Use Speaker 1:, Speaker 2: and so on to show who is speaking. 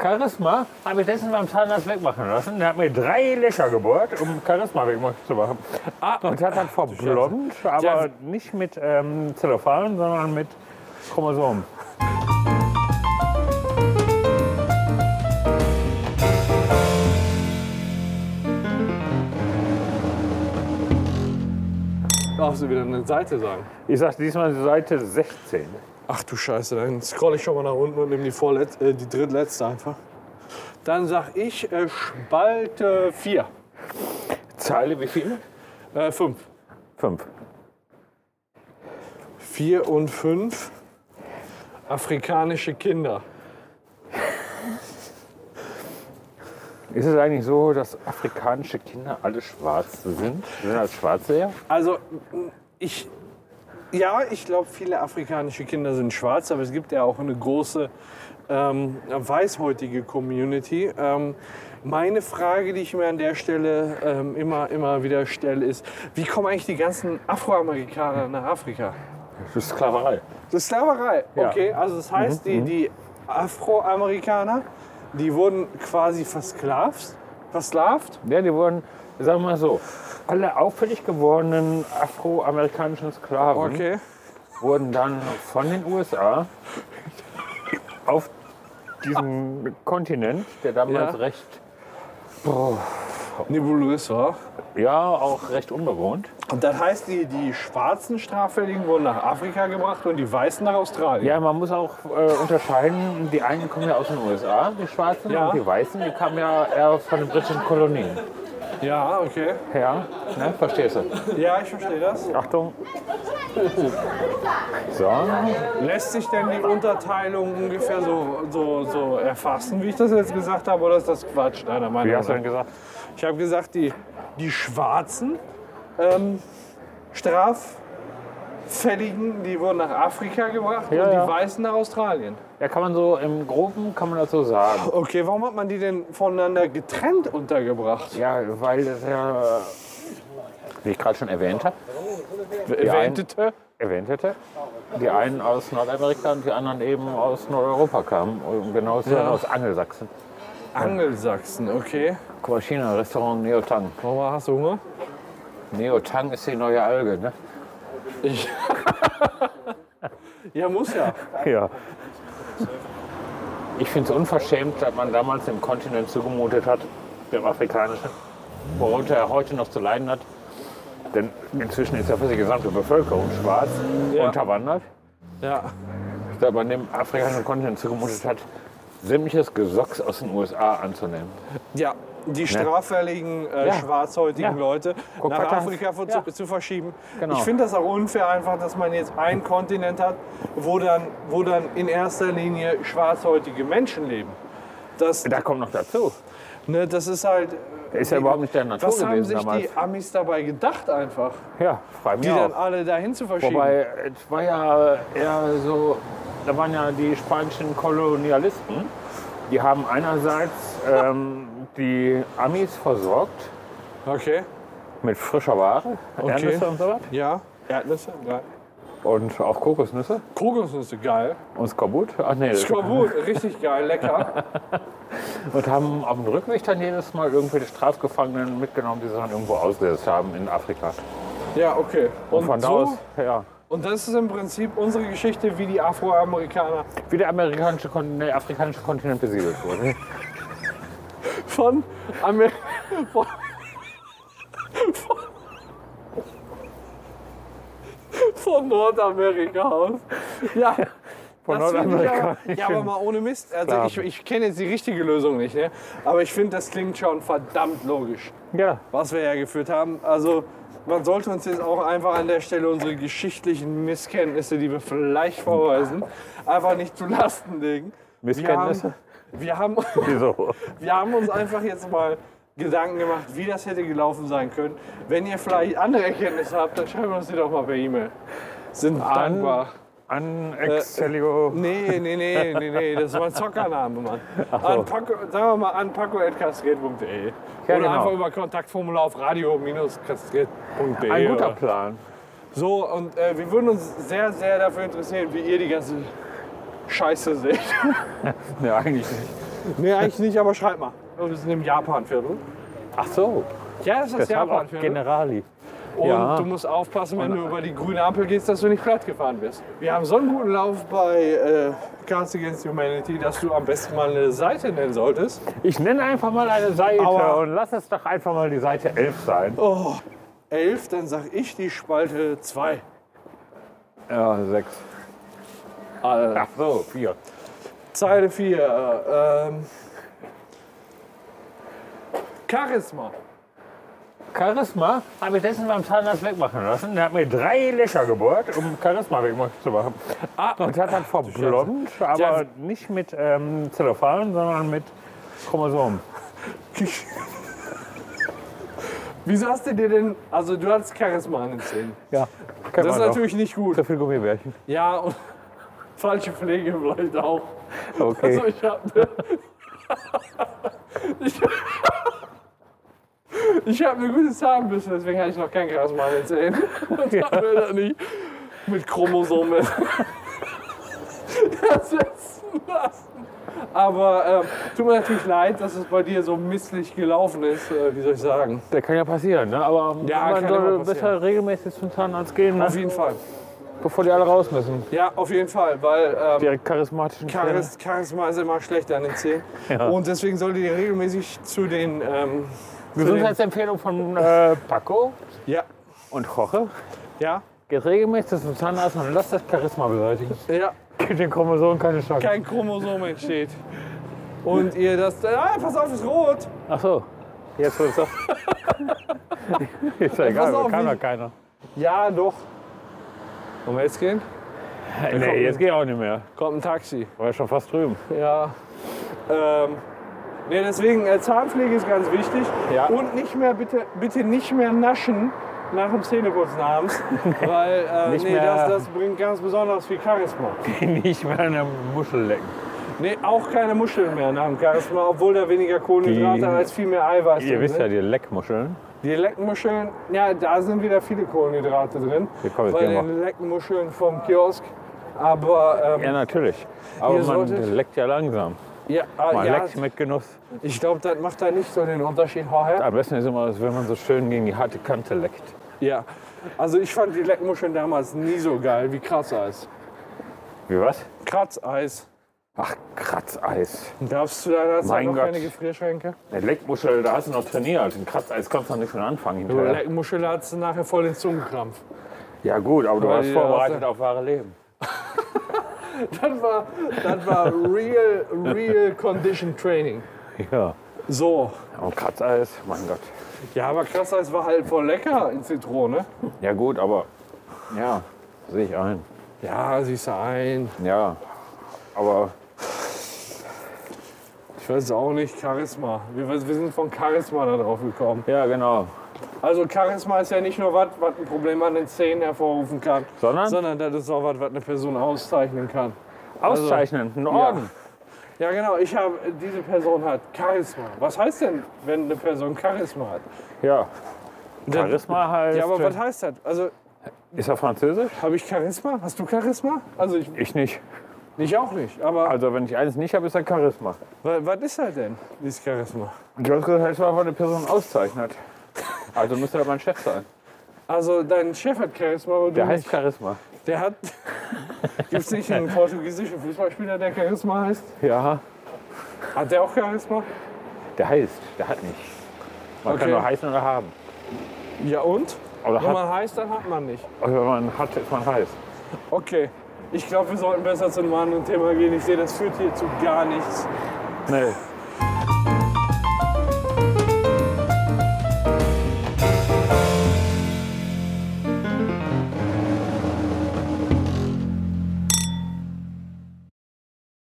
Speaker 1: Charisma habe ich letztens beim Zahnarzt wegmachen lassen. Der hat mir drei Löcher gebohrt, um Charisma wegmachen zu machen. Ah, Und hat dann verblond, aber
Speaker 2: Tja.
Speaker 1: nicht mit ähm, Zellophan, sondern mit Chromosomen.
Speaker 2: Darfst du wieder eine Seite sagen?
Speaker 1: Ich sag diesmal Seite 16.
Speaker 2: Ach du Scheiße, dann scroll ich schon mal nach unten und nehme die, vorlet äh, die drittletzte einfach. Dann sag ich äh, Spalte 4.
Speaker 1: Zeile wie viele?
Speaker 2: Äh, 5.
Speaker 1: Fünf.
Speaker 2: 4 und 5. Afrikanische Kinder.
Speaker 1: Ist es eigentlich so, dass afrikanische Kinder alle schwarz sind? Sind das Schwarze ja?
Speaker 2: Also ich, ja, ich glaube, viele afrikanische Kinder sind schwarz, aber es gibt ja auch eine große ähm, weißhäutige Community. Ähm, meine Frage, die ich mir an der Stelle ähm, immer, immer wieder stelle, ist, wie kommen eigentlich die ganzen Afroamerikaner nach Afrika?
Speaker 1: Das ist Sklaverei.
Speaker 2: Das ist Sklaverei.
Speaker 1: Ja.
Speaker 2: Okay, also das heißt, die, die Afroamerikaner, die wurden quasi versklavt. Versklavt?
Speaker 1: Ja, die wurden, sagen wir mal so, alle auffällig gewordenen afroamerikanischen Sklaven
Speaker 2: Okay.
Speaker 1: wurden dann von den USA auf diesem Kontinent, der damals
Speaker 2: Ja.
Speaker 1: recht,
Speaker 2: Nebulös war.
Speaker 1: ja, auch recht unbewohnt.
Speaker 2: Und das heißt, die, die schwarzen Straffälligen wurden nach Afrika gebracht und die weißen nach Australien.
Speaker 1: Ja, man muss auch äh, unterscheiden, die einen kommen ja aus den USA, die Schwarzen,
Speaker 2: Ja.
Speaker 1: und die Weißen, die kamen ja eher von den britischen Kolonien.
Speaker 2: Ja, okay.
Speaker 1: Ja, ne, verstehst du?
Speaker 2: Ja, ich verstehe das.
Speaker 1: Achtung. So,
Speaker 2: Lässt sich denn die Unterteilung ungefähr so, so, so erfassen, wie ich das jetzt gesagt habe, oder ist das Quatsch deiner Meinung
Speaker 1: wie hast du denn gesagt?
Speaker 2: Ich habe gesagt, die, die schwarzen ähm, Straffälligen, die wurden nach Afrika gebracht
Speaker 1: Ja,
Speaker 2: und die
Speaker 1: ja.
Speaker 2: weißen nach Australien.
Speaker 1: Ja, kann man so im Groben, kann man das so sagen.
Speaker 2: Okay, warum hat man die denn voneinander getrennt untergebracht?
Speaker 1: Ja, weil das ja, wie ich gerade schon erwähnt habe,
Speaker 2: Erwähntete?
Speaker 1: erwähnt hätte, die einen aus Nordamerika und die anderen eben aus Nordeuropa kamen. Und genau zu sein, aus Angelsachsen.
Speaker 2: Angelsachsen, okay.
Speaker 1: Guck mal, China, Restaurant Neotang.
Speaker 2: Warum hast du Hunger?
Speaker 1: Neotang ist die neue Alge, ne?
Speaker 2: Ich. ja, muss ja.
Speaker 1: Ja. Ich finde es unverschämt, dass man damals dem Kontinent zugemutet hat, dem afrikanischen, worunter er heute noch zu leiden hat. Denn inzwischen ist ja für die gesamte Bevölkerung schwarz
Speaker 2: Ja.
Speaker 1: unterwandert.
Speaker 2: Ja.
Speaker 1: Dass man dem afrikanischen Kontinent zugemutet hat, sämtliches Gesocks aus den USA anzunehmen.
Speaker 2: Ja. Die straffälligen, äh,
Speaker 1: Ja.
Speaker 2: schwarzhäutigen
Speaker 1: Ja.
Speaker 2: Leute
Speaker 1: Guck,
Speaker 2: nach
Speaker 1: Vater.
Speaker 2: Afrika vor-
Speaker 1: Ja.
Speaker 2: zu, zu verschieben.
Speaker 1: Genau.
Speaker 2: Ich finde das auch unfair einfach, dass man jetzt einen Kontinent hat, wo dann, wo dann in erster Linie schwarzhäutige Menschen leben. Das,
Speaker 1: Da kommt noch dazu.
Speaker 2: ne, das ist halt...
Speaker 1: Ist ja überhaupt nicht der Natur
Speaker 2: Was haben
Speaker 1: gewesen
Speaker 2: sich
Speaker 1: damals.
Speaker 2: die Amis dabei gedacht einfach,
Speaker 1: Ja, frei
Speaker 2: die
Speaker 1: mich
Speaker 2: dann
Speaker 1: auch.
Speaker 2: alle dahin zu verschieben?
Speaker 1: Wobei, es war ja eher so, da waren ja die spanischen Kolonialisten, die haben einerseits ähm, die Amis versorgt
Speaker 2: okay,
Speaker 1: mit frischer Ware,
Speaker 2: Okay.
Speaker 1: Erdnüsse und so was,
Speaker 2: ja. Erdnüsse, geil.
Speaker 1: und auch Kokosnüsse
Speaker 2: Kokosnüsse, geil.
Speaker 1: und Skorbut. Ach nee, das-
Speaker 2: Skorbut, richtig geil, lecker.
Speaker 1: und haben auf dem Rückweg dann jedes Mal irgendwelche Strafgefangenen mitgenommen, die sie dann irgendwo ausgesetzt haben in Afrika.
Speaker 2: Ja, okay. Und,
Speaker 1: Von da
Speaker 2: so,
Speaker 1: aus, ja.
Speaker 2: und das ist im Prinzip unsere Geschichte, wie die Afroamerikaner
Speaker 1: Wie der amerikanische Kontinent, der afrikanische Kontinent besiedelt wurde.
Speaker 2: von, Amer von, von, von Nordamerika aus. Ja.
Speaker 1: Von
Speaker 2: das finde ich
Speaker 1: Nordamerika.
Speaker 2: aber, ja, aber mal ohne Mist. Also
Speaker 1: Klar.
Speaker 2: ich, ich kenne jetzt die richtige Lösung nicht, ne? aber ich finde, das klingt schon verdammt logisch.
Speaker 1: Ja,
Speaker 2: was wir hergeführt haben. Also man sollte uns jetzt auch einfach an der Stelle unsere geschichtlichen Misskenntnisse, die wir vielleicht vorweisen, einfach nicht zu Lasten legen.
Speaker 1: Misskenntnisse?
Speaker 2: Wir haben, wir, haben,
Speaker 1: wieso?
Speaker 2: wir haben uns einfach jetzt mal Gedanken gemacht, wie das hätte gelaufen sein können. Wenn ihr vielleicht andere Erkenntnisse habt, dann schreibt uns die doch mal per E-Mail. Sind dankbar.
Speaker 1: An Excellior.
Speaker 2: Nee, nee, nee, nee, nee, das ist mein Zockername, Mann. An Paco, sagen wir mal an paco.kastriert.de.
Speaker 1: Ja,
Speaker 2: Oder
Speaker 1: genau.
Speaker 2: einfach über Kontaktformular auf radio-kastriert.de.
Speaker 1: Äh, Ein guter
Speaker 2: oder-
Speaker 1: Plan.
Speaker 2: So, und äh, wir würden uns sehr, sehr dafür interessieren, wie ihr die ganze Scheiße seht.
Speaker 1: Ja, eigentlich nicht.
Speaker 2: Nee, eigentlich nicht, aber schreib mal. Wir sind im Japanviertel.
Speaker 1: Ach so,
Speaker 2: Ja, das ist das
Speaker 1: deshalb auch
Speaker 2: Japanviertel.
Speaker 1: Generali.
Speaker 2: Und
Speaker 1: Ja.
Speaker 2: du musst aufpassen, wenn du über die grüne Ampel gehst, dass du nicht platt gefahren wirst. Wir haben so einen guten Lauf bei äh, Cards Against Humanity, dass du am besten mal eine Seite nennen solltest.
Speaker 1: Ich nenne einfach mal eine Seite
Speaker 2: Aua.
Speaker 1: und lass es doch einfach mal die Seite 11 sein.
Speaker 2: Oh, 11, dann sag ich die Spalte 2.
Speaker 1: Ja, 6. Ach so, 4.
Speaker 2: Äh, Zeile 4. Ähm, Charisma.
Speaker 1: Charisma habe ich letztens beim Zahnarzt wegmachen lassen. Der hat mir drei Löcher gebohrt, um Charisma wegmachen zu machen. und hat dann verblond, aber
Speaker 2: Ja.
Speaker 1: nicht mit ähm, Zellophan, sondern mit Chromosomen.
Speaker 2: Wieso hast du dir denn. Also, du hast Charisma an den Zähnen.
Speaker 1: Ja,
Speaker 2: Das ist natürlich nicht gut.
Speaker 1: zu viel Gummibärchen.
Speaker 2: Ja, und falsche Pflege vielleicht auch.
Speaker 1: Okay.
Speaker 2: Also, ich habe ich hab eine gute Zahnbürste, deswegen habe ich noch kein Charisma an den Zähnen. Und ja. will er nicht mit Chromosomen ersetzen lassen. Aber ähm, tut mir natürlich leid, dass es bei dir so misslich gelaufen ist. Äh, wie soll ich sagen?
Speaker 1: Das kann ja passieren, ne? aber
Speaker 2: Ja,
Speaker 1: man
Speaker 2: kann
Speaker 1: soll
Speaker 2: immer passieren.
Speaker 1: besser regelmäßig zum Zahnarzt gehen,
Speaker 2: Auf
Speaker 1: ne?
Speaker 2: jeden Fall.
Speaker 1: bevor die alle raus müssen.
Speaker 2: Ja, auf jeden Fall, weil ähm,
Speaker 1: Die charismatischen
Speaker 2: Charis, Charisma ist immer schlechter an den Zähnen. Und deswegen solltet ihr regelmäßig zu den. Ähm, zu
Speaker 1: Gesundheitsempfehlung von äh, Paco
Speaker 2: Den, ja.
Speaker 1: und Jorge.
Speaker 2: Ja.
Speaker 1: Geht regelmäßig zum Zahnarzt und lasst das Charisma beseitigen.
Speaker 2: Ja.
Speaker 1: Gibt den Chromosomen keine Chance.
Speaker 2: Kein Chromosom entsteht. Und ihr das. Ah, pass auf, ist rot!
Speaker 1: Ach so, jetzt wird's doch. Ist ja
Speaker 2: pass
Speaker 1: egal,
Speaker 2: auf,
Speaker 1: kann
Speaker 2: wie-
Speaker 1: doch keiner.
Speaker 2: Ja, doch. Wollen wir jetzt gehen?
Speaker 1: Nee, jetzt geht auch nicht mehr.
Speaker 2: Kommt ein Taxi.
Speaker 1: War ja schon fast drüben.
Speaker 2: Ja. Ähm. Nee, deswegen äh, Zahnpflege ist ganz wichtig.
Speaker 1: Ja.
Speaker 2: Und nicht mehr, bitte, bitte nicht mehr naschen nach dem Zähneputzen abends. weil äh,
Speaker 1: Nicht
Speaker 2: nee,
Speaker 1: mehr-
Speaker 2: das, das bringt ganz besonders viel Charisma.
Speaker 1: Nicht mehr an der Muschel lecken.
Speaker 2: Nee, auch keine Muscheln mehr nach dem Charisma, obwohl da weniger Kohlenhydrate
Speaker 1: Die-
Speaker 2: als viel mehr Eiweiß
Speaker 1: Ihr
Speaker 2: drin
Speaker 1: wisst halt. ja,
Speaker 2: sind.
Speaker 1: die Leckmuscheln.
Speaker 2: Die Leckmuscheln, ja, da sind wieder viele Kohlenhydrate drin.
Speaker 1: Wir kommen jetzt
Speaker 2: bei
Speaker 1: hier mal.
Speaker 2: den Leckmuscheln vom Kiosk. Aber ähm,
Speaker 1: Ja, natürlich. Aber
Speaker 2: Ihr
Speaker 1: man
Speaker 2: solltet-
Speaker 1: leckt ja langsam.
Speaker 2: ja, ah,
Speaker 1: Man
Speaker 2: ja,
Speaker 1: leckt mit Genuss.
Speaker 2: ich glaube, das macht da nicht so den Unterschied. Jorge.
Speaker 1: Am besten ist immer, wenn man so schön gegen die harte Kante leckt.
Speaker 2: Ja, also ich fand die Leckmuscheln damals nie so geil wie Kratzeis.
Speaker 1: Wie was?
Speaker 2: Kratzeis.
Speaker 1: Ach, Kratzeis.
Speaker 2: Darfst du da
Speaker 1: Mein
Speaker 2: noch
Speaker 1: Gott.
Speaker 2: keine Gefrierschränke?
Speaker 1: Eine Leckmuschel, da hast du noch trainiert. Ein Kratzeis kannst du noch nicht von Anfang
Speaker 2: Du
Speaker 1: hinterher.
Speaker 2: Leckmuschel hat's nachher voll den Zungenkrampf.
Speaker 1: Ja gut, aber du
Speaker 2: Weil
Speaker 1: warst
Speaker 2: die-
Speaker 1: vorbereitet auf wahre Leben.
Speaker 2: Das war, das war real, real Condition Training.
Speaker 1: Ja.
Speaker 2: So.
Speaker 1: Und Kratzeis, mein Gott.
Speaker 2: Ja, aber Kratzeis war halt voll lecker in Zitrone.
Speaker 1: Ja gut, aber ja, sehe ich ein.
Speaker 2: Ja, siehst du ein.
Speaker 1: Ja, aber
Speaker 2: Ich weiß auch nicht, Charisma. Wir, wir sind von Charisma da drauf gekommen.
Speaker 1: ja genau.
Speaker 2: Also Charisma ist ja nicht nur was, was ein Problem an den Zähnen hervorrufen kann,
Speaker 1: Sondern
Speaker 2: sondern das ist auch was, was eine Person auszeichnen kann.
Speaker 1: auszeichnen,
Speaker 2: Also,
Speaker 1: einen Orden.
Speaker 2: Ja, genau. Ich habe diese Person hat Charisma. Was heißt denn, wenn eine Person Charisma hat?
Speaker 1: Ja.
Speaker 2: Dann-
Speaker 1: Charisma heißt.
Speaker 2: Ja, aber was heißt das? Also
Speaker 1: ist er französisch?
Speaker 2: habe ich Charisma? Hast du Charisma? Also ich,
Speaker 1: Ich nicht.
Speaker 2: ich auch nicht. Aber
Speaker 1: Also wenn ich eines nicht habe, ist er Charisma.
Speaker 2: wa- was ist das denn, dieses Charisma?
Speaker 1: Du hast gesagt, dass man eine Person auszeichnet. Also müsste er mein Chef sein.
Speaker 2: Also dein Chef hat Charisma, aber du
Speaker 1: Der
Speaker 2: nicht.
Speaker 1: heißt Charisma.
Speaker 2: Der hat. Gibt es nicht einen portugiesischen Fußballspieler, der Charisma heißt?
Speaker 1: Ja.
Speaker 2: Hat der auch Charisma?
Speaker 1: Der heißt, der hat nicht. Man kann
Speaker 2: Okay.
Speaker 1: nur heißen oder haben.
Speaker 2: Ja und?
Speaker 1: Oder
Speaker 2: Wenn
Speaker 1: hat,
Speaker 2: man heißt, dann hat man nicht.
Speaker 1: also wenn man hat, ist man heiß.
Speaker 2: Okay. Ich glaube, wir sollten besser zu einem anderen Thema gehen. Ich sehe, das führt hier zu gar nichts.
Speaker 1: Nee.